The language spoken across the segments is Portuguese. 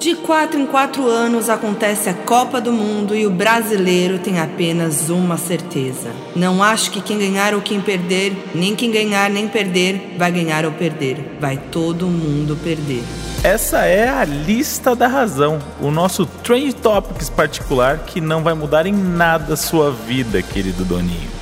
De quatro em quatro anos acontece a Copa do Mundo e o brasileiro tem apenas uma certeza. Não acho que quem ganhar ou quem perder, nem quem ganhar nem perder, vai ganhar ou perder. Vai todo mundo perder. Essa é a lista da razão, o nosso Trend Topics particular que não vai mudar em nada a sua vida, querido Doninho.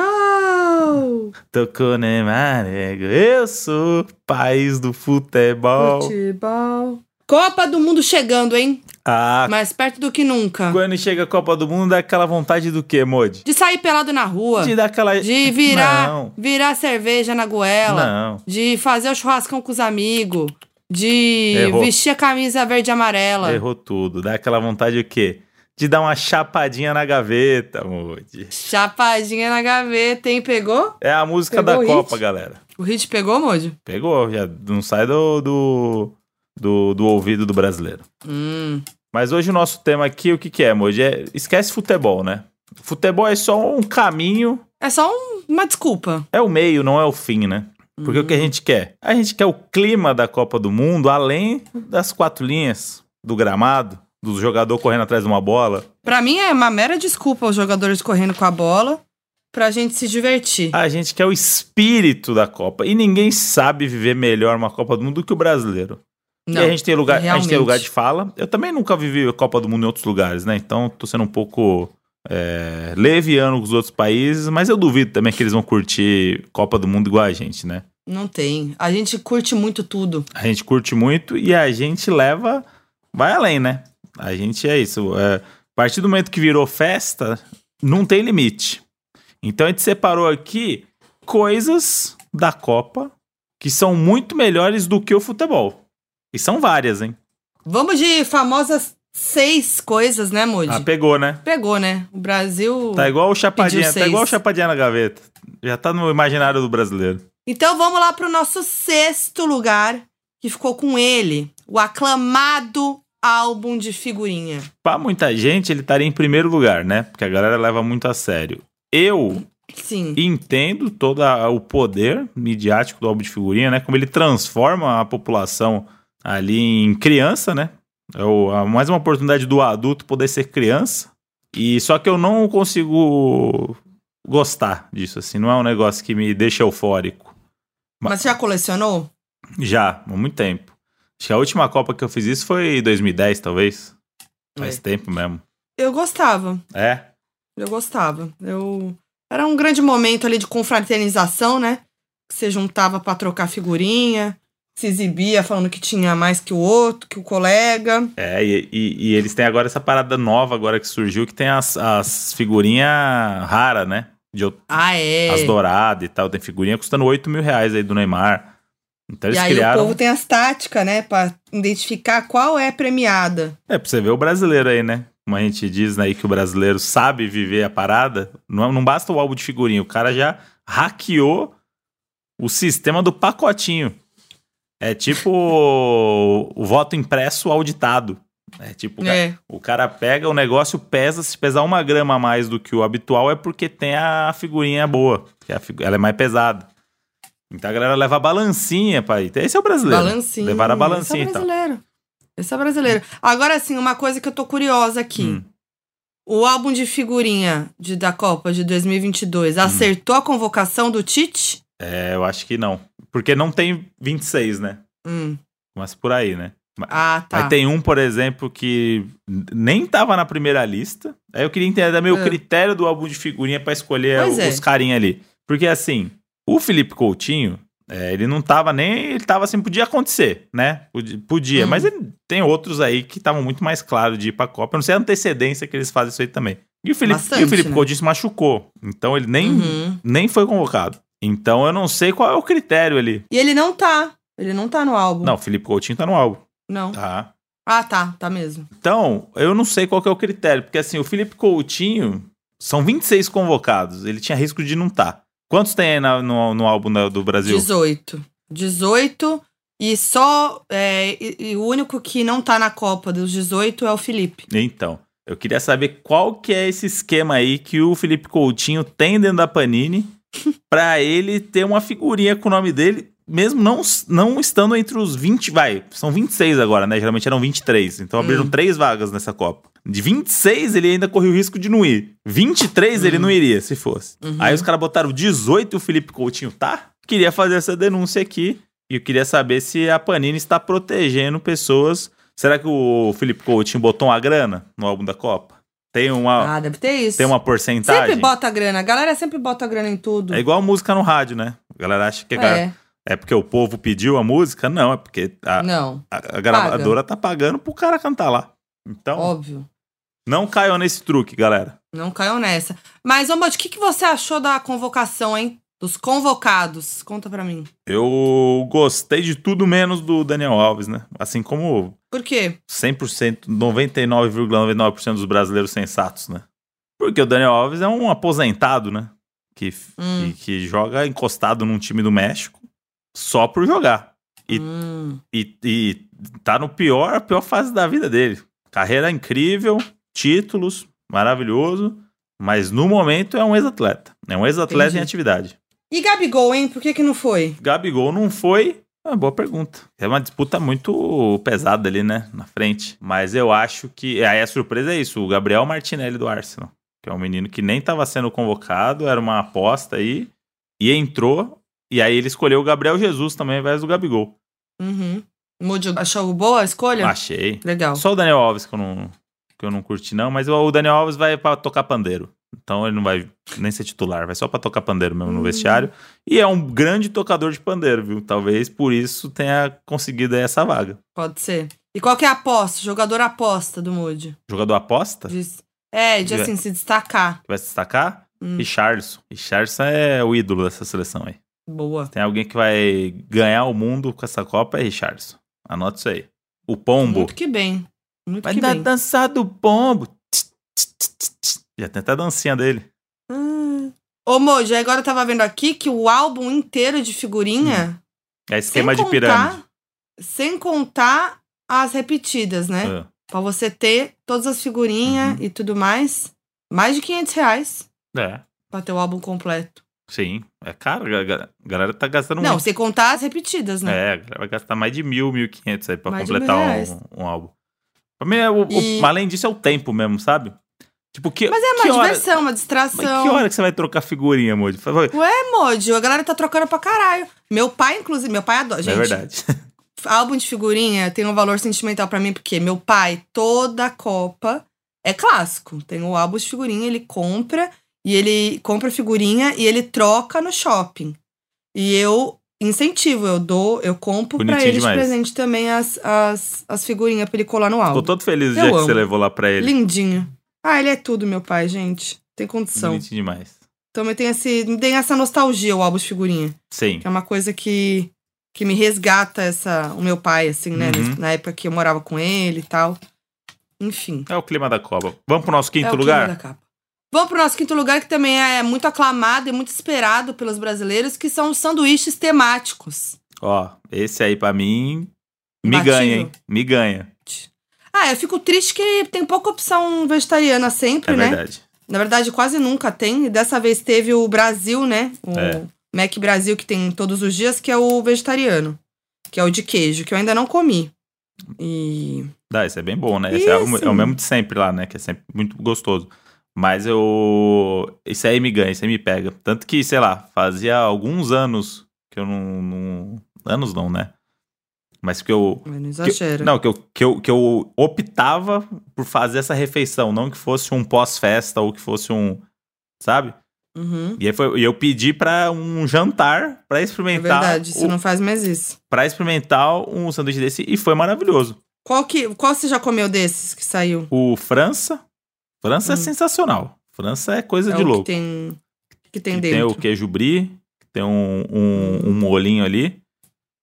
Gol! Tocou Neymar, eu sou o país do futebol. Futebol. Copa do Mundo chegando, hein? Ah, Mais perto do que nunca. quando chega a Copa do Mundo, dá aquela vontade do quê, Modi? De sair pelado na rua. De dar aquela. De virar, Não, virar cerveja na goela. não. De fazer o churrascão com os amigos. De Errou. vestir a camisa verde e amarela. Errou tudo. Dá aquela vontade o quê? De dar uma chapadinha na gaveta, Modi. Chapadinha na gaveta, hein? Pegou? É a música Pegou da o Copa, hit? galera. O hit pegou, Moji? Pegou, já não sai do, do, do, do ouvido do brasileiro. Hum. Mas hoje o nosso tema aqui, o que, que é, Modi? É, esquece futebol, né? Futebol é só um caminho, É só um- uma desculpa. é o meio, não é o fim, né? Porque o que a Uhum. gente quer? A gente quer o clima da Copa do Mundo, além das quatro linhas, do gramado, do jogador correndo atrás de uma bola. Pra mim é uma mera desculpa os jogadores correndo com a bola pra gente se divertir. A gente quer o espírito da Copa. E ninguém sabe viver melhor uma Copa do Mundo do que o brasileiro. Não. e a gente tem lugar, a gente tem realmente. lugar de fala. Eu também nunca vivi a Copa do Mundo em outros lugares, né? Então tô sendo um pouco é, leviano com os outros países, mas eu duvido também que eles vão curtir Copa do Mundo igual a gente, né? Não tem. A gente curte muito tudo. A gente curte muito e a gente leva, vai além, né? A gente é isso. é, a partir do momento que virou festa, não tem limite. Então a gente separou aqui coisas da Copa que são muito melhores do que o futebol. E são várias, hein? Vamos de famosas seis coisas, né, Moji? Ah, pegou, né? Pegou, né? O Brasil. Tá igual o Chapadinha, Pediu tá igual o seis. Chapadinha na gaveta. Já tá no imaginário do brasileiro. Então vamos lá pro nosso sexto lugar, que ficou com ele, o aclamado álbum de figurinha. Pra muita gente, ele estaria em primeiro lugar, né? Porque a galera leva muito a sério. Eu Sim. entendo todo a- o poder midiático do álbum de figurinha, né? Como ele transforma a população ali em criança, né? É o- a- mais uma oportunidade do adulto poder ser criança. E só que eu não consigo gostar disso, assim. Não é um negócio que me deixa eufórico. Mas você já colecionou? Já, há muito tempo. Acho que a última Copa que eu fiz isso foi em 2010, talvez. Faz É. tempo mesmo. Eu gostava. É? Eu gostava. Eu era um grande momento ali de confraternização, né? Que você juntava pra trocar figurinha, se exibia falando que tinha mais que o outro, que o colega. É, e, e- e eles têm agora essa parada nova agora que surgiu, que tem as, as figurinhas raras, né? De, out- Ah, é. As douradas e tal. Tem figurinha custando 8 mil reais aí do Neymar. Então e eles aí o criaram. povo tem as táticas, né, Pra identificar qual é premiada. É, pra você ver o brasileiro aí, né? Como a gente diz aí que o brasileiro sabe viver a parada, não, é- não basta o álbum de figurinha, o cara já hackeou o sistema do pacotinho. É tipo o, o voto impresso auditado. É tipo, o ca- É. o cara pega o negócio, pesa, se pesar uma grama a mais do que o habitual é porque tem a figurinha boa, que é a figu- ela é mais pesada. Então a galera leva a balancinha, pai. Esse é o brasileiro. Balancinho. Levaram a balancinha, Esse é então. brasileiro. Esse é brasileiro. Agora sim, uma coisa que eu tô curiosa aqui. Hum. O álbum de figurinha de, da Copa de 2022 Hum. acertou a convocação do Tite? É, eu acho que não. Porque não tem 26, né? Hum. Mas por aí, né? Ah, tá. Aí tem um, por exemplo, que nem tava na primeira lista. Aí eu queria entender também o É. critério do álbum de figurinha pra escolher Pois o- é. os carinha ali. Porque assim, o Felipe Coutinho, é, ele não tava nem. Ele tava assim, podia acontecer, né? Podia. podia. Hum. Mas ele- tem outros aí que estavam muito mais claros de ir pra Copa. Eu não sei a antecedência que eles fazem isso aí também. E o Felipe, e o Bastante, Felipe né? Coutinho se machucou. Então ele nem, Uhum. nem foi convocado. Então eu não sei qual é o critério ali. E ele não tá. Ele não tá no álbum. Não, o Felipe Coutinho tá no álbum. Não. Tá. Ah, tá. Tá mesmo. Então, eu não sei qual que é o critério, porque assim, o Felipe Coutinho, são 26 convocados, ele tinha risco de não estar. Quantos tem aí na- no, no álbum da- do Brasil? 18. 18. E só. é, e- e o único que não tá na Copa dos 18 é o Felipe. Então, eu queria saber qual que é esse esquema aí que o Felipe Coutinho tem dentro da Panini pra ele ter uma figurinha com o nome dele, mesmo não, não estando entre os 20, vai, são 26 agora, né? Geralmente eram 23, então abriram Hum. três vagas nessa Copa. De 26 ele ainda corria o risco de não ir. 23 Hum. ele não iria, se fosse. Uhum. Aí os caras botaram 18 e o Felipe Coutinho tá? Queria fazer essa denúncia aqui e eu queria saber se a Panini está protegendo pessoas. Será que o Felipe Coutinho botou uma grana no álbum da Copa? Tem uma, Ah, deve ter isso. tem uma porcentagem? Sempre bota a grana. A galera sempre bota a grana em tudo. É igual música no rádio, né? A galera acha que a galera- É, é porque o povo pediu a música? Não, é porque a, não, a- a gravadora tá pagando pro cara cantar lá. Então, óbvio. não caiam nesse truque, galera. Não caiam nessa. Mas, ô, Bode, o que, que você achou da convocação, hein? Dos convocados. Conta pra mim. Eu gostei de tudo menos do Daniel Alves, né? Assim como Por quê? 100%, 99,99% dos brasileiros sensatos, né? Porque o Daniel Alves é um aposentado, né? Que, f- Hum. que, que joga encostado num time do México só por jogar. E- Hum, E, e tá no pior, a pior fase da vida dele. Carreira incrível, títulos, maravilhoso, mas no momento é um ex-atleta. É um ex-atleta Entendi. em atividade. E Gabigol, hein? Por que, que não foi? Gabigol não foi. É uma boa pergunta. É uma disputa muito pesada ali, né? Na frente. Mas eu acho que. Aí a surpresa é isso: o Gabriel Martinelli do Arsenal, que é um menino que nem tava sendo convocado, era uma aposta aí, e entrou. E aí ele escolheu o Gabriel Jesus também, ao invés do Gabigol. Uhum. Mojo, achou boa a escolha? Achei. Legal. Só o Daniel Alves que eu não, que eu não curti, não, mas o Daniel Alves vai pra tocar pandeiro. Então ele não vai nem ser titular, vai só pra tocar pandeiro mesmo no Hum. vestiário. E é um grande tocador de pandeiro, viu? Talvez por isso tenha conseguido aí essa vaga. Pode ser. E qual que é a aposta? Jogador aposta do Mojo? Jogador aposta, que Diz- É, de assim, se destacar. vai se destacar? Hum. Richarlison. Richarlison é o ídolo dessa seleção aí. Boa. Tem alguém que vai ganhar o mundo com essa Copa, é Richarlison. Anota isso aí. O Pombo. Muito Hum, que bem. Muito Vai que dar bem. dançar do Pombo. Tch, tch, tch, tch, tch. Já tem até a dancinha dele. Ah. Ô, Mojo, aí agora eu tava vendo aqui que o álbum inteiro de figurinha. É esquema sem de pirâmide. contar, Sem contar as repetidas, né? Ah. Pra você ter todas as figurinhas Uhum. e tudo mais. Mais de 500 reais É, pra ter o álbum completo. sim. É caro, a ga- a galera tá gastando Não, muito. sem contar as repetidas, né? É, a galera vai gastar mais de mil, mil e quinhentos aí pra Mais de completar mil reais. um, um álbum. Pra mim, é o- o- E- além disso, é o tempo mesmo, sabe? Tipo, que, Mas é uma que hora... diversão, uma Mas distração. que hora que você vai trocar figurinha, amor? Tipo, Por favor. É, Mojo, a galera tá trocando pra caralho. Meu pai, inclusive, meu pai adora. Gente, é verdade. álbum de figurinha tem um valor sentimental pra mim, porque meu pai, toda a Copa, é clássico. Tem o álbum de figurinha, ele compra, e ele compra figurinha e ele troca no shopping. E eu incentivo, eu dou, eu compro pra Bonitinho ele de demais. presente também as, as, as figurinhas pra ele colar no Tô álbum. todo feliz do Eu dia que você amo. levou lá pra ele. Lindinho. Ah, ele é tudo, meu pai, gente. Tem condição. Bonitinho demais. Também tem esse, me tem essa nostalgia, o álbum de figurinha. Sim. Que é uma coisa que, que me resgata essa, o meu pai, assim, né? Uhum. Na época que eu morava com ele e tal. Enfim. É o clima da Copa. Vamos pro nosso é quinto o clima lugar? da capa. Vamos pro nosso quinto lugar, que também é muito aclamado e muito esperado pelos brasileiros, que são os sanduíches temáticos. Ó, esse aí pra mim me Imbatível. ganha, hein? Me ganha. Ah, eu fico triste que tem pouca opção vegetariana sempre, É né? verdade. Na verdade, quase nunca tem. E dessa vez teve o Brasil, né? O É. Mac Brasil, que tem todos os dias, que é o vegetariano. Que é o de queijo, que eu ainda não comi. E. Dá, isso é bem bom, né? Esse é, o, Isso. é o mesmo de sempre lá, né? Que é sempre muito gostoso. Mas eu. Isso aí me ganha, isso aí me pega. Tanto que, sei lá, fazia alguns anos que eu não. não- Anos não, né? Mas que eu. Mas não exagera. Não, que eu, que, eu, que eu optava por fazer essa refeição, não que fosse um pós-festa ou que fosse um. Sabe? Uhum. E aí foi- e eu pedi pra um jantar pra É experimentar. verdade, você o, não faz mais isso. Pra experimentar um sanduíche desse e foi maravilhoso. Qual, que, qual você já comeu desses que saiu? O França. França é Hum. sensacional. França é coisa é de o louco. que tem, que tem Que tem dentro. Hum. o queijo brie, que tem um, um, um molinho ali.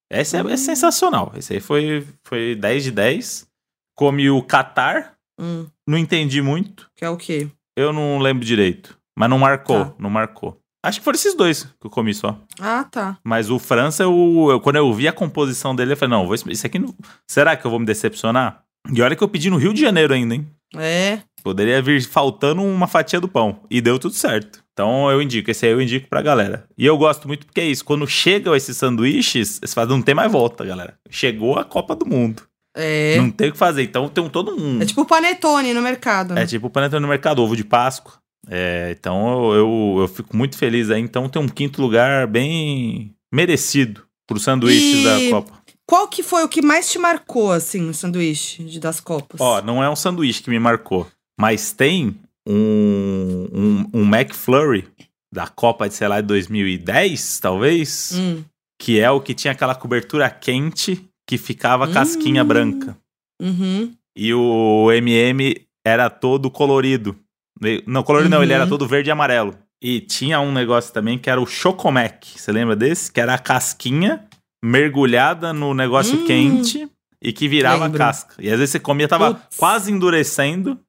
Esse é, é sensacional. Esse aí foi, foi 10 de 10. Comi o Catar, Hum, não entendi muito. que é o quê? Eu não lembro direito. Mas não marcou, Tá. não marcou. Acho que foram esses dois que eu comi só. Ah, tá. Mas o França, eu, eu- quando eu vi a composição dele, eu falei, não, vou, isso aqui não. Será que eu vou me decepcionar? E olha que eu pedi no Rio de Janeiro ainda, hein? É. Poderia vir faltando uma fatia do pão. E deu tudo certo. Então eu indico, esse aí eu indico pra galera. E eu gosto muito porque é isso, quando chegam esses sanduíches, você fala, não tem mais volta, galera. Chegou a Copa do Mundo. É. Não tem o que fazer. Então tem um, todo um. É tipo o panetone no mercado. né? É tipo o panetone no mercado, ovo de Páscoa. É, então eu, eu, eu fico muito feliz aí. Então tem um quinto lugar bem merecido pro sanduíche E- da Copa. Qual que foi o que mais te marcou, assim, o sanduíche de- das copas? Ó, não é um sanduíche que me marcou, mas tem um, um, um McFlurry da Copa de, sei lá, de 2010, talvez, Hum, que é o que tinha aquela cobertura quente que ficava a casquinha Hum. branca. uhum. E o MM era todo colorido. Meio- Não, colorido não, Uhum. ele era todo verde e amarelo. E tinha um negócio também que era o Chocomec. Você lembra desse? Que era a casquinha mergulhada no negócio Hum. quente e que virava Lembro. casca. E às vezes você comia, tava Putz. quase endurecendo.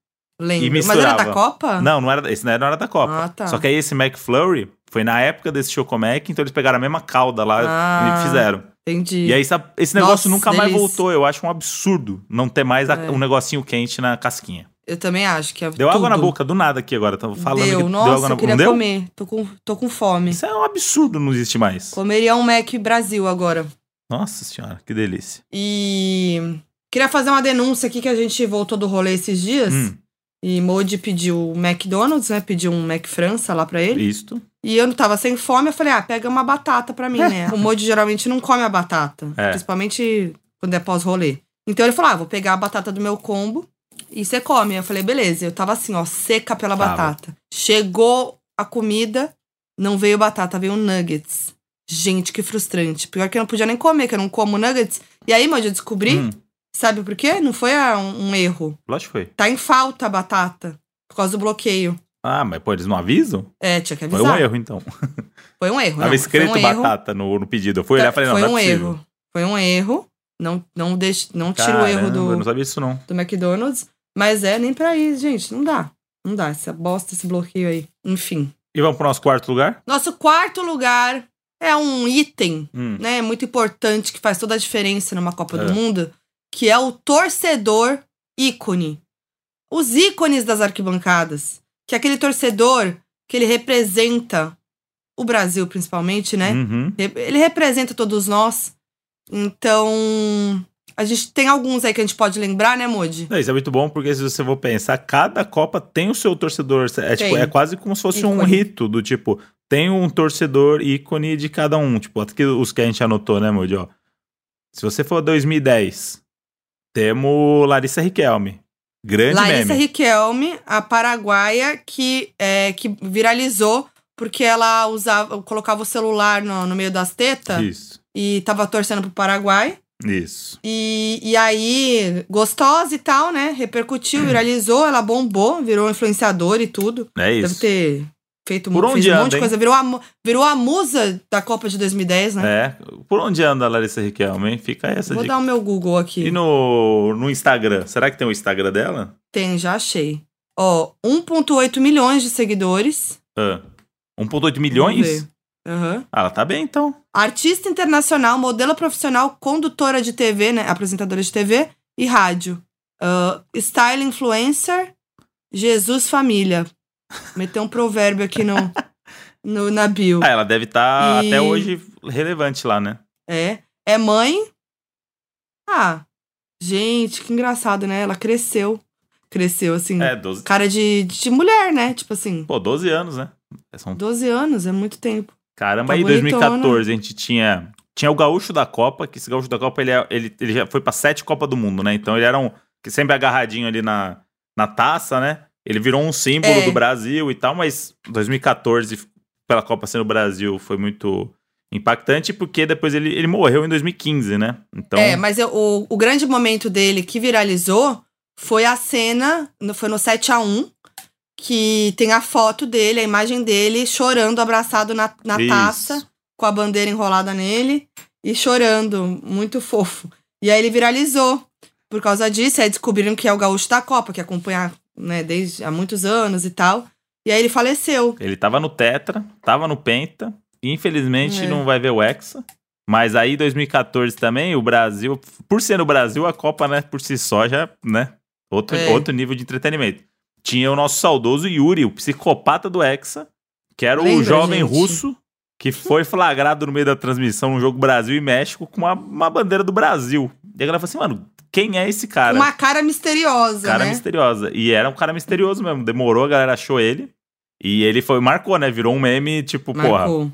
Lembro. E Mas era misturava. da Copa? Não, não era, esse não era na hora da Copa. Ah, tá. Só que aí esse McFlurry foi na época desse Chocomec, então eles pegaram a mesma calda lá Ah, e fizeram. Entendi. E aí essa- esse negócio Nossa, nunca mais delícia. voltou. Eu acho um absurdo não ter mais a- É. um negocinho quente na casquinha. Eu também acho que é Deu água tudo. na boca do nada aqui agora. Tô falando deu. que Nossa, deu água na eu boca. queria Não deu? comer. Tô com, tô com fome. Isso é um absurdo, não existe mais. Comeria um Mac Brasil agora. Nossa senhora, que delícia. E queria fazer uma denúncia aqui que a gente voltou do rolê esses dias. Hum, E Modi pediu o McDonald's, né? Pediu um Mac França lá pra ele. isto. E eu não tava sem fome, eu falei, ah, pega uma batata pra mim, né? O Modi geralmente não come a batata. É. Principalmente quando é pós-rolê. Então ele falou, ah, vou pegar a batata do meu combo e você come. Eu falei, beleza. Eu tava assim, ó, seca pela Tava. batata. Chegou a comida, não veio batata, veio nuggets. Gente, que frustrante. Pior que eu não podia nem comer, que eu não como nuggets. E aí, Modi, eu descobri, Hum, sabe por quê? Não foi ah, um, um erro. lógico que foi. Tá em falta a batata. Por causa do bloqueio. Ah, mas pô, eles não avisam? É, tinha que Foi avisar. um erro, então. Foi um erro. Tava não, escrito foi um erro. batata no, no pedido. Eu fui olhar e falei, não, foi não é um possível. erro. Foi um erro. Não, não, deixe, não tira o Caramba, erro do, Eu não sabia disso, não. do McDonald's. Mas é, nem pra isso, gente. Não dá. Não dá. Essa bosta, esse bloqueio aí. Enfim. E vamos pro nosso quarto lugar? Nosso quarto lugar é um item, Hum, né? Muito importante, que faz toda a diferença numa Copa É. do Mundo. Que é o torcedor ícone. Os ícones das arquibancadas. Que é aquele torcedor que ele representa o Brasil, principalmente, né? uhum. Re- Ele representa todos nós. Então, a gente tem alguns aí que a gente pode lembrar, né, Modi? Não, isso é muito bom, porque se você for pensar, cada Copa tem o seu torcedor. É, tipo, Tem. é quase como se fosse um Ícone. rito do tipo, tem um torcedor ícone de cada um. Tipo, até que os que a gente anotou, né, Moody? Ó, se você for 2010, temos Larissa Riquelme. Grande Larissa meme. Riquelme, a paraguaia que, é, que viralizou porque ela usava, colocava o celular no, no meio das tetas Isso. e tava torcendo pro Paraguai. Isso. E, e aí, gostosa e tal, né? Repercutiu, viralizou, ela bombou, virou influenciadora e tudo. É Deve isso. ter feito Por mu- fez onde um monte anda, de hein? coisa. Virou a, mu- virou a musa da Copa de 2010, né? É. Por onde anda a Larissa Riquelme, hein? Fica essa Vou dica. dar o meu Google aqui. E no, no Instagram? Será que tem o Instagram dela? Tem, já achei. Ó, 1.8 milhões de seguidores. Ah, 1,8 milhões? Vamos ver. Aham. Ah, ela tá bem, então. Artista internacional, modelo profissional, condutora de TV, né? Apresentadora de TV e rádio. Ah, style influencer, Jesus Família. Meteu um provérbio aqui no, no, na bio. Ah, ela deve estar E- até hoje relevante lá, né? É. É mãe. Ah, gente, que engraçado, né? Ela cresceu. Cresceu, assim. É, 12. Cara de, de mulher, né? Tipo assim, Pô, 12 anos, né? São... 12 anos é muito tempo. Caramba, tá aí bonitona. 2014 a gente tinha. Tinha o Gaúcho da Copa, que esse Gaúcho da Copa ele, é- ele, ele já foi pra sete Copa do Mundo, né? Então ele era um. Que sempre agarradinho ali na, na taça, né? Ele virou um símbolo É. do Brasil e tal, mas 2014, pela Copa sendo Brasil, foi muito impactante, porque depois ele, ele morreu em 2015, né? Então. É, mas eu- o, o grande momento dele que viralizou foi a cena, no- foi no 7 a 1 que tem a foto dele, a imagem dele chorando, abraçado na, na isso. taça, com a bandeira enrolada nele e chorando, muito fofo. E aí ele viralizou por causa disso, aí descobriram que é o gaúcho da Copa, que acompanha né, desde há muitos anos e tal. E aí ele faleceu. Ele tava no Tetra, tava no Penta, e infelizmente É. não vai ver o Hexa. Mas aí, 2014 também, o Brasil, por ser o Brasil, a Copa, né, por si só já, né, outro, É. outro nível de entretenimento. tinha o nosso saudoso Yuri, o psicopata do Hexa, que era o Lembra, jovem gente? russo que foi flagrado no meio da transmissão no jogo Brasil e México com uma, uma bandeira do Brasil. E a galera falou assim, mano, quem é esse cara? Uma cara misteriosa, cara né? misteriosa. E era um cara misterioso mesmo. Demorou, a galera achou ele. E ele foi, marcou, né? Virou um meme, tipo, porra. Marcou.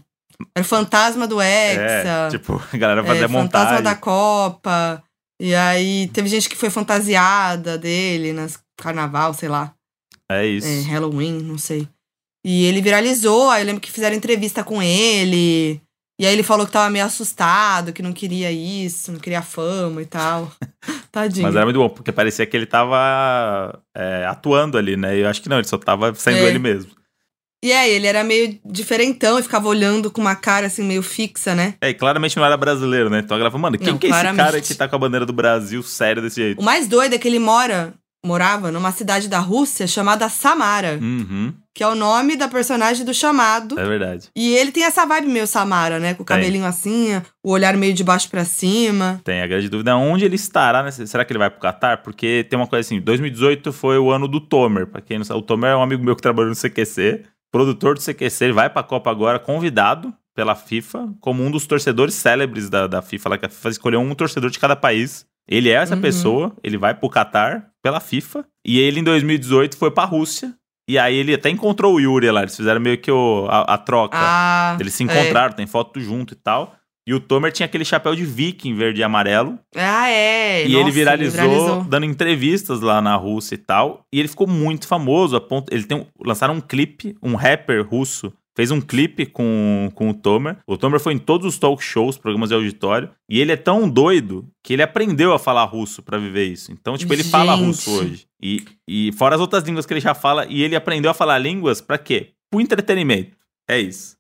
Era o fantasma do Hexa. É, tipo, a galera é, fazia fantasma montagem. da Copa. E aí teve gente que foi fantasiada dele nas carnaval, sei lá. É é, isso. Halloween, não sei. E ele viralizou, aí eu lembro que fizeram entrevista com ele. E aí ele falou que tava meio assustado, que não queria isso, não queria fama e tal. Tadinho. Mas era muito bom, porque parecia que ele tava é, atuando ali, né? E eu acho que não, ele só tava sendo É. ele mesmo. E aí, ele era meio diferentão e ficava olhando com uma cara assim, meio fixa, né? É, e claramente não era brasileiro, né? Então a galera falou, mano, quem Não, que é esse cara claramente. que tá com a bandeira do Brasil sério desse jeito? O mais doido é que ele mora, morava numa cidade da Rússia chamada Samara, Uhum, que é o nome da personagem do chamado. é verdade. E ele tem essa vibe meio Samara, né? Com o Tem. cabelinho assim, o olhar meio de baixo pra cima. Tem a grande dúvida é onde ele estará, né? Será que ele vai pro Qatar? Porque tem uma coisa assim, 2018 foi o ano do Tomer, pra quem não sabe, o Tomer é um amigo meu que trabalhou no CQC, produtor do CQC, ele vai pra Copa agora convidado pela FIFA como um dos torcedores célebres da, da FIFA, lá que a FIFA escolheu um torcedor de cada país. Ele é essa Uhum. pessoa, ele vai pro Qatar pela FIFA, e ele em 2018 foi pra Rússia, e aí ele até encontrou o Yuri lá, eles fizeram meio que o- a, a troca. Ah, É. Eles se encontraram, tem foto junto e tal. E o Tomer tinha aquele chapéu de viking verde e amarelo. Ah, é. e Nossa, ele viralizou, dando entrevistas lá na Rússia e tal. E ele ficou muito famoso. A ponto, ele tem, um- lançaram um clipe, um rapper russo fez um clipe com, com o Tomer. O Tomer foi em todos os talk shows, programas de auditório. E ele é tão doido que ele aprendeu a falar russo pra viver isso. Então, tipo, ele fala Gente. russo hoje. E, e fora as outras línguas que ele já fala. E ele aprendeu a falar línguas pra quê? Pro entretenimento. É isso.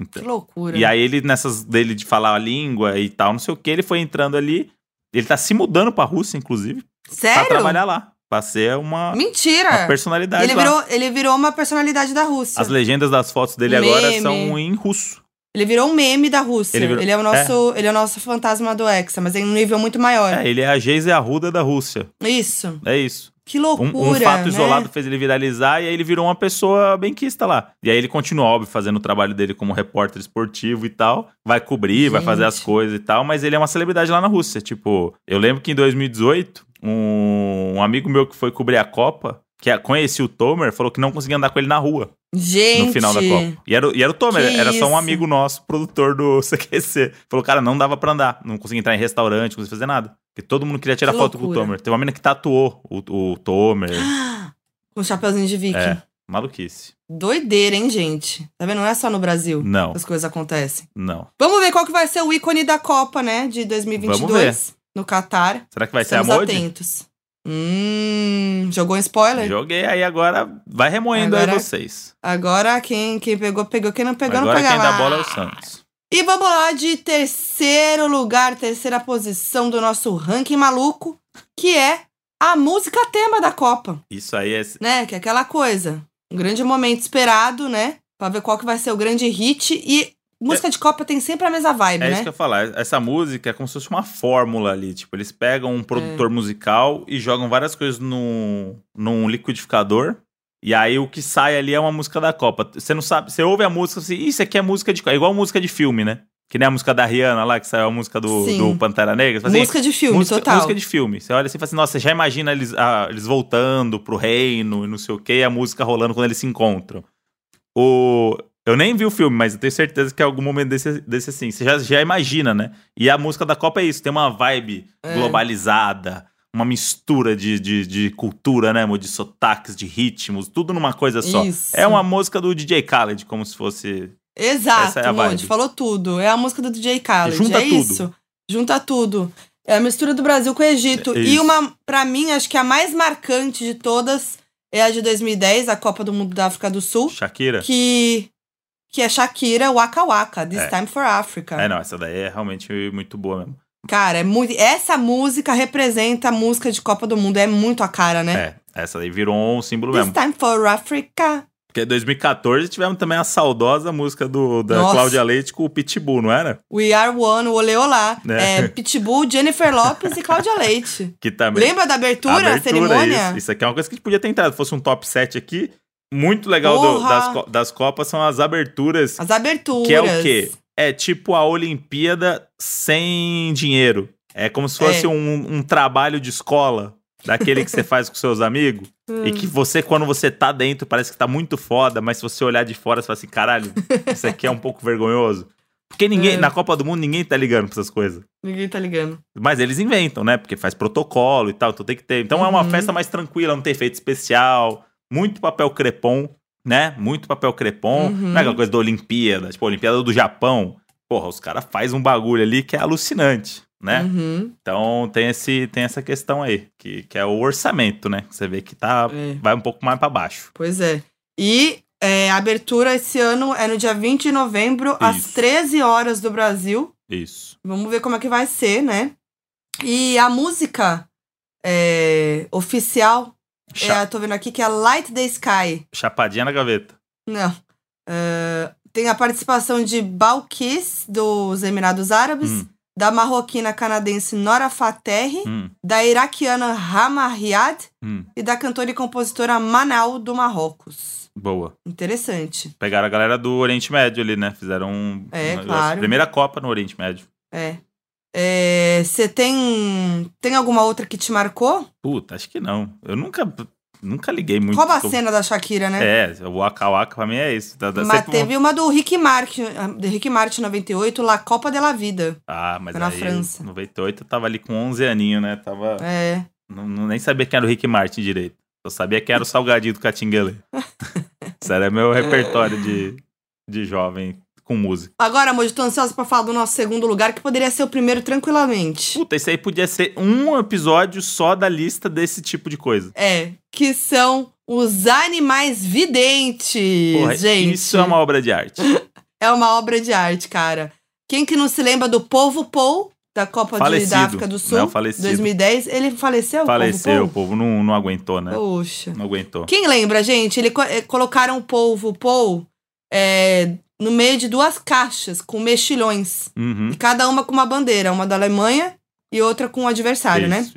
Então, Que loucura. e aí ele, nessas dele de falar a língua e tal, não sei o que, ele foi entrando ali. Ele tá se mudando pra Rússia, incluve, pra Sério? trabalhar lá. Pra ser uma, uma Mentira. personalidade Ele lá. virou, ele virou uma personalidade da Rússia. As legendas das fotos dele agora Meme. são em russo. Ele virou um meme da Rússia. Ele virou- é o nosso, ele é o nosso fantasma do Hexa, mas em um nível muito maior. É, ele é a Geise Arruda da Rússia. Isso. É isso. Que Um- loucura, Um, fato né? isolado fez ele viralizar e aí ele virou uma pessoa benquista lá. E aí ele continua, óbvio, fazendo o trabalho dele como repórter esportivo e tal. Vai cobrir, vai Gente. fazer as coisas e tal, mas ele é uma celebridade lá na Rússia. Tipo, eu lembro que em 2018, um, um amigo meu que foi cobrir a Copa, que a- conhecia o Tomer, falou que não conseguia andar com ele na rua Gente. no final da Copa. E era, o- e era o Tomer, Que era só um isso. amigo nosso, produtor do CQC. Falou, cara, não dava pra andar, não conseguia entrar em restaurante, não conseguia fazer nada. Porque todo mundo queria tirar Que foto com loucura. Ah, o Tomer. Teve uma menina que tatuou o, o Tomer. Com o chapeuzinho de viking. É, maluquice. Doideira, hein, gente? Tá vendo? Não é só no Brasil Não, que as coisas acontecem. não. Vamos ver qual que vai ser o ícone da Copa, né? De 2022. Vamos No Catar. Será que vai Estamos ser a Modi? atentos. Hum, jogou um spoiler? Joguei aí agora, vai remoendo aí Agora- vocês. Agora quem, quem pegou, pegou. Quem não pegou, agora não quem pegava. dá bola é o Santos. E vamos lá de terceiro lugar, terceira posição do nosso ranking maluco, que é a música tema da Copa, Isso aí é. né? Que é aquela coisa, um grande momento esperado, né? Pra ver qual que vai ser o grande hit. E música de Copa tem sempre a mesma vibe, É isso né? que eu ia falar. Essa música é como se fosse uma fórmula ali. Tipo, eles pegam um É. produtor musical e jogam várias coisas num, num liquidificador. E aí o que sai ali é uma música da Copa. Você não sabe. Você ouve a música assim, isso aqui é música de. É igual música de filme, né? Que nem a música da Rihanna lá, que saiu a música do, Sim. do Pantera Negra. Você fala assim, música de filme, música, total. música de filme. Você olha assim e fala assim, nossa, você já imagina eles, ah, eles voltando pro reino e não sei o que, a música rolando quando eles se encontram. O... Eu nem vi o filme, mas eu tenho certeza que em algum momento desse, desse assim, você já, já imagina, né? E a música da Copa é isso, tem uma vibe É. globalizada, uma mistura de, de, de cultura, né, amor? De sotaques, de ritmos, tudo numa coisa só. Isso. É uma música do DJ Khaled, como se fosse... Exato, Essa é a Monte, vibe. falou tudo. É a música do DJ Khaled, Junta é tudo. isso. Junta tudo. É a mistura do Brasil com o Egito. É e isso. uma, pra mim, acho que a mais marcante de todas é a de 2010, a Copa do Mundo da África do Sul, Shakira? que, que é Shakira Waka Waka, This É. Time for Africa. É, não, essa daí é realmente muito boa mesmo. Cara, é muito, essa música representa a música de Copa do Mundo, é muito a cara, né? É, essa daí virou um símbolo mesmo. This Time for Africa. Porque em 2014 tivemos também a saudosa música do, da Nossa. Cláudia Leite com o Pitbull, não era? We Are One, o Oleolá. É. É, Pitbull, Jennifer Lopes e Cláudia Leite. Que também. Lembra da abertura, Abertura, cerimônia? Isso, isso aqui é uma coisa que a gente podia ter entrado. Fosse um top 7 aqui. Muito legal do- Porra! das, co- das Copas são as aberturas, As aberturas. que é o quê? É tipo a Olimpíada sem dinheiro. É como se fosse É. um, um trabalho de escola, daquele que você faz com seus amigos. E Hum. que você, quando você tá dentro, parece que tá muito foda, mas se você olhar de fora, você fala assim: caralho, isso aqui é um pouco vergonhoso. Porque ninguém, É. na Copa do Mundo, ninguém tá ligando pra essas coisas. Ninguém tá ligando. Mas eles inventam, né? Porque faz protocolo e tal, então tem que ter. Então é uma Uhum. festa mais tranquila, não tem efeito especial, muito papel crepom, né? Muito papel crepom. Uhum. Não é aquela coisa da Olimpíada, tipo, a Olimpíada do Japão. Porra, os caras fazem um bagulho ali que é alucinante, né? Uhum, Então tem, esse, tem essa questão aí, que, que é o orçamento, né? Você vê que tá, é, vai um pouco mais pra baixo. Pois é. E é, a abertura esse ano é no dia 20 de novembro, às Isso. 13 horas do Brasil. Isso. Vamos ver como é que vai ser, né? E a música é, oficial, é, Cha- a- tô vendo aqui que é Light the Sky. Chapadinha na gaveta. Não. É, tem a participação de Balkis, dos Emirados Árabes, Hum, da marroquina canadense Nora Faterri, hum, da iraquiana Rama Riad hum. e da cantora e compositora Manal, do Marrocos. Boa. Interessante. Pegaram a galera do Oriente Médio ali, né? Fizeram um. É, um negócio. claro. Primeira Copa no Oriente Médio. É. Você tem, tem alguma outra que te marcou? Puta, acho que não. Eu nunca, nunca liguei muito. Rouba a sobre- cena da Shakira, né? É, o Waka Waka pra mim é isso. Tá- tá Mas sempre um- teve uma do Rick Martin, de Rick Martin 98, La Copa de la Vida. Ah, mas foi na aí, França. 98 eu tava ali com 11 aninhos, né? Tava... É. Não, não- nem sabia quem era o Rick Martin direito. Eu sabia que era o Salgadinho do Catinguele. isso era meu É. repertório de, de jovem com música. Agora, amor, eu tô ansiosa pra falar do nosso segundo lugar, que poderia ser o primeiro tranquilamente. Puta, isso aí podia ser um episódio só da lista desse tipo de coisa. É, que são os animais videntes, Porra, gente. isso é uma obra de arte. É uma obra de arte, cara. Quem que não se lembra do Povo Paul, da Copa de, Falecido. da África do Sul, Não, falecido. 2010? Ele faleceu, Faleceu, o o Povo povo não, não aguentou, né? Paul? Poxa. Não aguentou. Quem lembra, gente? Ele co- eh, colocaram o polvo, o polvo, é, no meio de duas caixas com mexilhões. Uhum. E cada uma com uma bandeira, uma da Alemanha e outra com o adversário, né? Isso,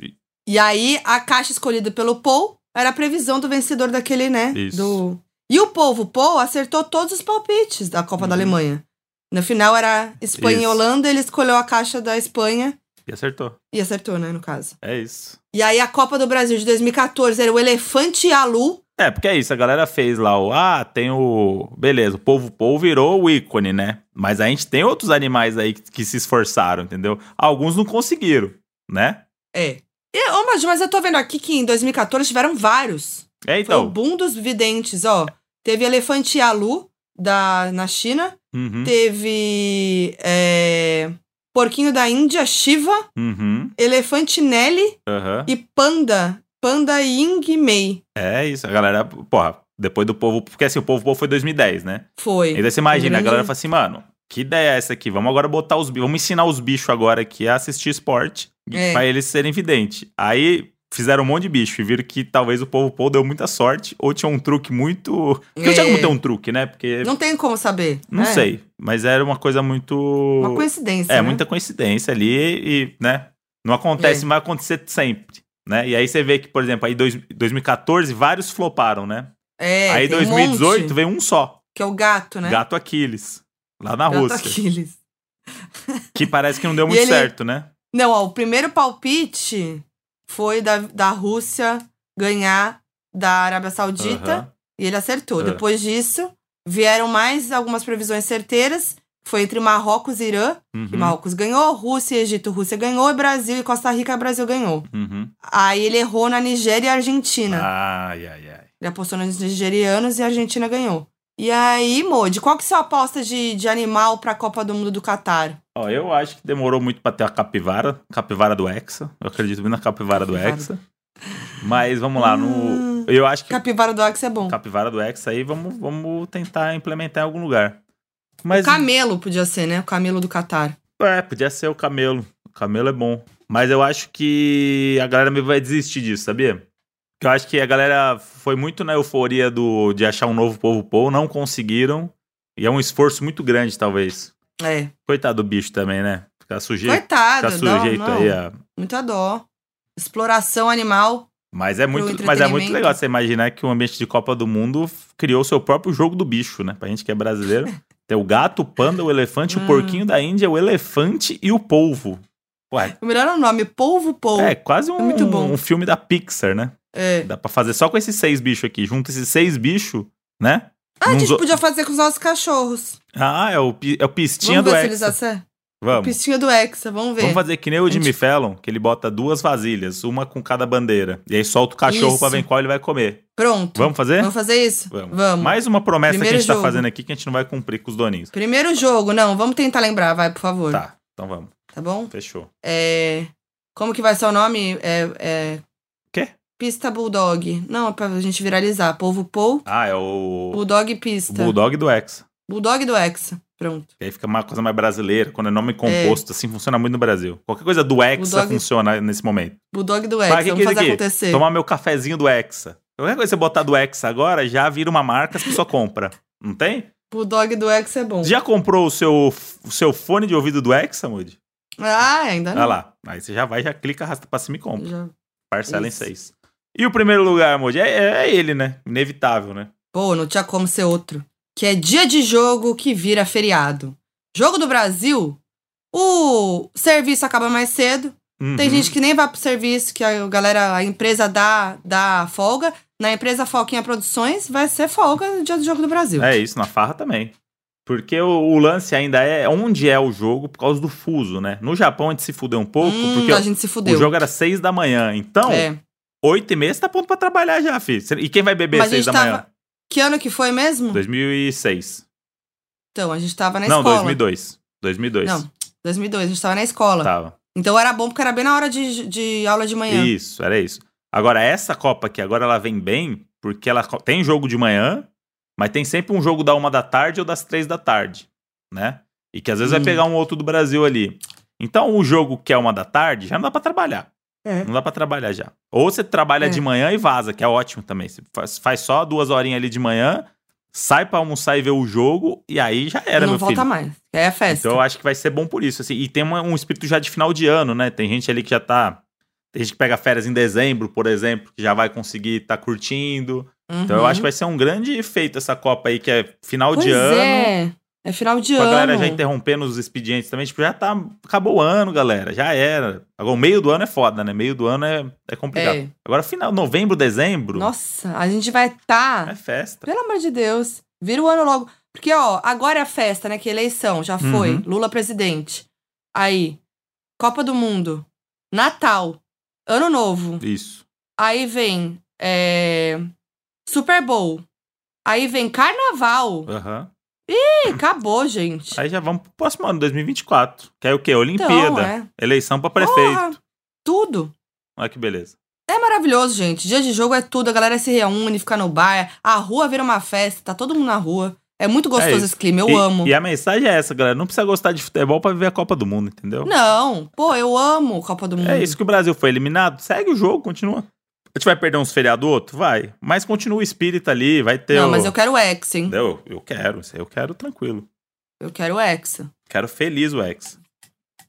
E aí a caixa escolhida pelo Paul era a previsão do vencedor daquele, né? Isso. Do... E o povo, o Paul, acertou todos os palpites da Copa da Uhum. Alemanha. No final era Espanha e Isso. Holanda, ele escolheu a caixa da Espanha E acertou. e acertou, né, no caso. É isso. E aí a Copa do Brasil de 2014 era o Elefante Alu. É, porque é isso, a galera fez lá o. Ah, tem o. Beleza, o povo povo virou o ícone, né? Mas a gente tem outros animais aí que, que se esforçaram, entendeu? Alguns não conseguiram, né? É. E, ô, mas, mas eu tô vendo aqui que em 2014 tiveram vários. Foi o É, então. boom dos videntes, ó. Teve Elefante Alu da, na China. Uhum, Teve é, Porquinho da Índia, Shiva, uhum, Elefante Nelly aham. e Panda. Panda Ying Mei. É isso, a galera. Porra, depois do povo. Porque assim, o povo povo foi 2010, né? Foi. E daí você imagina, É Grande- a galera fala assim, mano, que ideia é essa aqui? Vamos agora botar os bichos, vamos ensinar os bichos agora aqui a assistir esporte É. pra eles serem videntes. Aí fizeram um monte de bicho e viram que talvez o povo Paul deu muita sorte ou tinha um truque muito. Porque não tinha É. como ter um truque, né? Porque. Não, Não tem como saber. né? sei. Mas era uma coisa muito. Uma coincidência. é, né? muita coincidência ali e, né? Não acontece, É. mas acontecer sempre. Né? E aí você vê que, por exemplo, aí dois, 2014 vários floparam, né? É, aí tem um 2018 monte, veio um só. que é o gato, né? Gato Aquiles, lá na Gato Rússia. Aquiles. Que parece que não deu E muito ele- certo, né? Não, ó, o primeiro palpite foi da, da Rússia ganhar da Arábia Saudita Aham. e ele acertou. Ah. Depois disso, vieram mais algumas previsões certeiras. Foi entre Marrocos e Irã, que Uhum. Marrocos ganhou, Rússia e Egito, Rússia ganhou, e Brasil e Costa Rica, Brasil ganhou. Uhum. Aí ele errou na Nigéria e Argentina. Ah. Ai, ai, ai. Ele apostou nos nigerianos e a Argentina ganhou. E aí, Modi, qual que é a sua aposta de, de animal pra Copa do Mundo do Catar? Ó, eu acho que demorou muito pra ter a capivara, capivara do Hexa. Eu acredito muito na capivara, Capivara. do Hexa. Mas vamos lá, no... eu acho que Capivara do Axe é bom. capivara do Hexa aí vamos, vamos tentar implementar em algum lugar. Mas Camelo podia ser, né? O camelo do Catar. é, podia ser o camelo. O camelo é bom. Mas eu acho que a galera meio vai desistir disso, sabia? Que eu acho que a galera foi muito na euforia do, de achar um novo povo Paul, não conseguiram. E é um esforço muito grande, talvez. É. Coitado do bicho também, né? Ficar sujeito, Coitado, ficar Tá sujeito não, não. aí é. a. Muita dó. Exploração animal. Mas é, muito, mas é muito entretenimento. legal você imaginar que o ambiente de Copa do Mundo f- criou o seu próprio jogo do bicho, né? Pra gente que é brasileiro. Tem o gato, o panda, o elefante, o Hum. porquinho da Índia, o elefante e o polvo. Ué, O melhor é o nome, polvo polvo. é quase um, muito bom. um filme da Pixar, né? É. Dá pra fazer só com esses seis bichos aqui. Junta esses seis bichos, né? Ah, a Num gente zo- podia fazer com os nossos cachorros. Ah, é o, pi- é o pistinha Vamos do ver se Hexa. eles acertam. Vamos. Pistinha do Hexa, vamos ver. Vamos fazer que nem o A gente- Jimmy Fallon, que ele bota duas vasilhas, uma com cada bandeira. E aí solta o cachorro Isso. pra ver qual ele vai comer. Pronto. Vamos fazer? Vamos fazer isso? Vamos. Vamos. Mais uma promessa que Primeiro a gente tá jogo. fazendo aqui que a gente não vai cumprir com os doninhos. Primeiro jogo, não, vamos tentar lembrar, vai, por favor. Tá, então vamos. Tá bom? Fechou. É... Como que vai ser o nome? É... é- Quê? Pista Bulldog. Não, é pra gente viralizar. Povo Pou, Ah, é o, Bulldog o Pista. Bulldog do Hexa. Bulldog do Hexa. Pronto. Que aí fica uma coisa mais brasileira, quando é nome composto, assim, funciona muito no Brasil. Qualquer coisa do Hexa Bulldog- funciona nesse momento. Bulldog do Pra Hexa. que Vamos que fazer isso aqui? acontecer. Tomar meu cafezinho do Hexa. Qualquer coisa que você botar do Hexa agora, já vira uma marca, as pessoas compram. Não tem? Bulldog do Hexa é bom. Já comprou o seu, o seu fone de ouvido do Hexa, Moody? Ah, ainda Olha não. lá. Aí você já vai, já clica, arrasta pra cima e compra. Já... Parcela Isso. em seis. E o primeiro lugar, Moody, é, é ele, né? Inevitável, né? Pô, não tinha como ser outro. Que é dia de jogo que vira feriado. Jogo do Brasil, o serviço acaba mais cedo. Tem Uhum. gente que nem vai pro serviço, que a galera, a empresa dá, dá folga. Na empresa Foquinha Produções vai ser folga no dia do Jogo do Brasil. É isso, na farra também. Porque o, o lance ainda é onde é o jogo por causa do fuso, né? No Japão a gente se fudeu um pouco, Hum, porque a o- gente se o fudeu. jogo era seis da manhã. Então, É. oito e meia você tá pronto pra trabalhar já, filho. Cê- E quem vai beber Mas a seis da gente tava- manhã? Que ano que foi mesmo? 2006. Então, a gente tava na Não, escola. 2002. 2002. Não, 2002, a gente tava na escola. Tava. Então era bom porque era bem na hora de, de aula de manhã. Isso, era isso. Agora, essa Copa aqui, agora ela vem bem, porque ela co- tem jogo de manhã, mas tem sempre um jogo da uma da tarde ou das três da tarde, né? E que às vezes Hum. vai pegar um outro do Brasil ali. Então, o jogo que é uma da tarde, já não dá pra trabalhar. É. Não dá pra trabalhar já. Ou você trabalha É. de manhã e vaza, que é ótimo também. Você faz, faz só duas horinhas ali de manhã, sai pra almoçar e ver o jogo, e aí já era, não meu volta filho. mais. É a festa. Então eu acho que vai ser bom por isso. assim. e tem uma- um espírito já de final de ano, né? Tem gente ali que já tá. Tem gente que pega férias em dezembro, por exemplo, que já vai conseguir tá curtindo. Então eu Uhum. acho que vai ser um grande efeito essa Copa aí, que é final pois de ano. É. é final de Com a ano. galera já interrompendo os expedientes também. Tipo, já tá. Acabou o ano, galera. Já era. Agora, o meio do ano é foda, né? Meio do ano é, é complicado. É. Agora, final, novembro, dezembro. Nossa, a gente vai tá estar. É festa. Pelo amor de Deus. Vira o ano logo. Porque, ó, agora é a festa, né? Que é eleição, já foi. Uhum. Lula presidente. Aí, Copa do Mundo. Natal. Ano Novo. Isso. Aí vem é, Super Bowl. Aí vem Carnaval. Aham. Ih, acabou, gente. Aí já vamos pro próximo ano, 2024. Que é o quê? Olimpíada. Então, é. Eleição pra prefeito. Porra, tudo. Olha que beleza. É maravilhoso, gente. Dia de jogo é tudo. A galera se reúne, fica no bar. A rua vira uma festa. Tá todo mundo na rua. É muito É gostoso isso. esse clima. Eu e, amo. E a mensagem é essa, galera. Não precisa gostar de futebol pra viver a Copa do Mundo, entendeu? Não, pô, eu amo Copa do Mundo. É isso que o Brasil foi eliminado. Segue o jogo, continua. A gente vai perder uns feriados outro? Vai. Mas continua o espírito ali, vai ter. Não, o- mas eu quero ex, hein? Entendeu? Eu quero, isso aí eu quero tranquilo. Eu quero ex. Quero feliz o ex.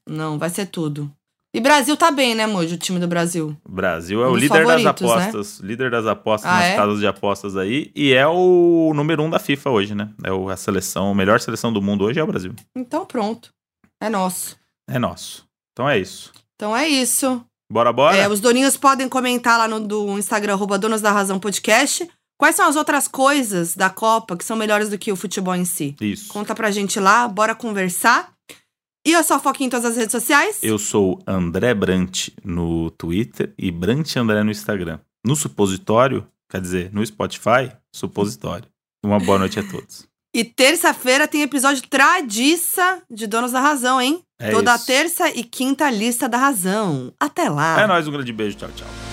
Não, vai ser tudo. E Brasil tá bem, né, Mojo? O time do Brasil. O Brasil é Um o dos líder das favoritos, né? apostas. Líder das apostas Ah, nas é? casas de apostas aí. E é o número um da FIFA hoje, né? É o- a seleção, a melhor seleção do mundo hoje é o Brasil. Então pronto. É nosso. É nosso. Então é isso. Então é isso. Bora, bora? É, os doninhos podem comentar lá no do Instagram, arroba Donos da Razão Podcast. Quais são as outras coisas da Copa que são melhores do que o futebol em si? Isso. Conta pra gente lá, bora conversar. E eu sou a Foquinha em todas as redes sociais. Eu sou André Brant no Twitter e Brant André no Instagram. No supositório, quer dizer, no Spotify, supositório. Uma boa noite a todos. E terça-feira tem episódio tradiça de Donos da Razão, hein? É Toda isso. terça e quinta lista da razão. Até lá. É nóis, um grande beijo. Tchau, tchau.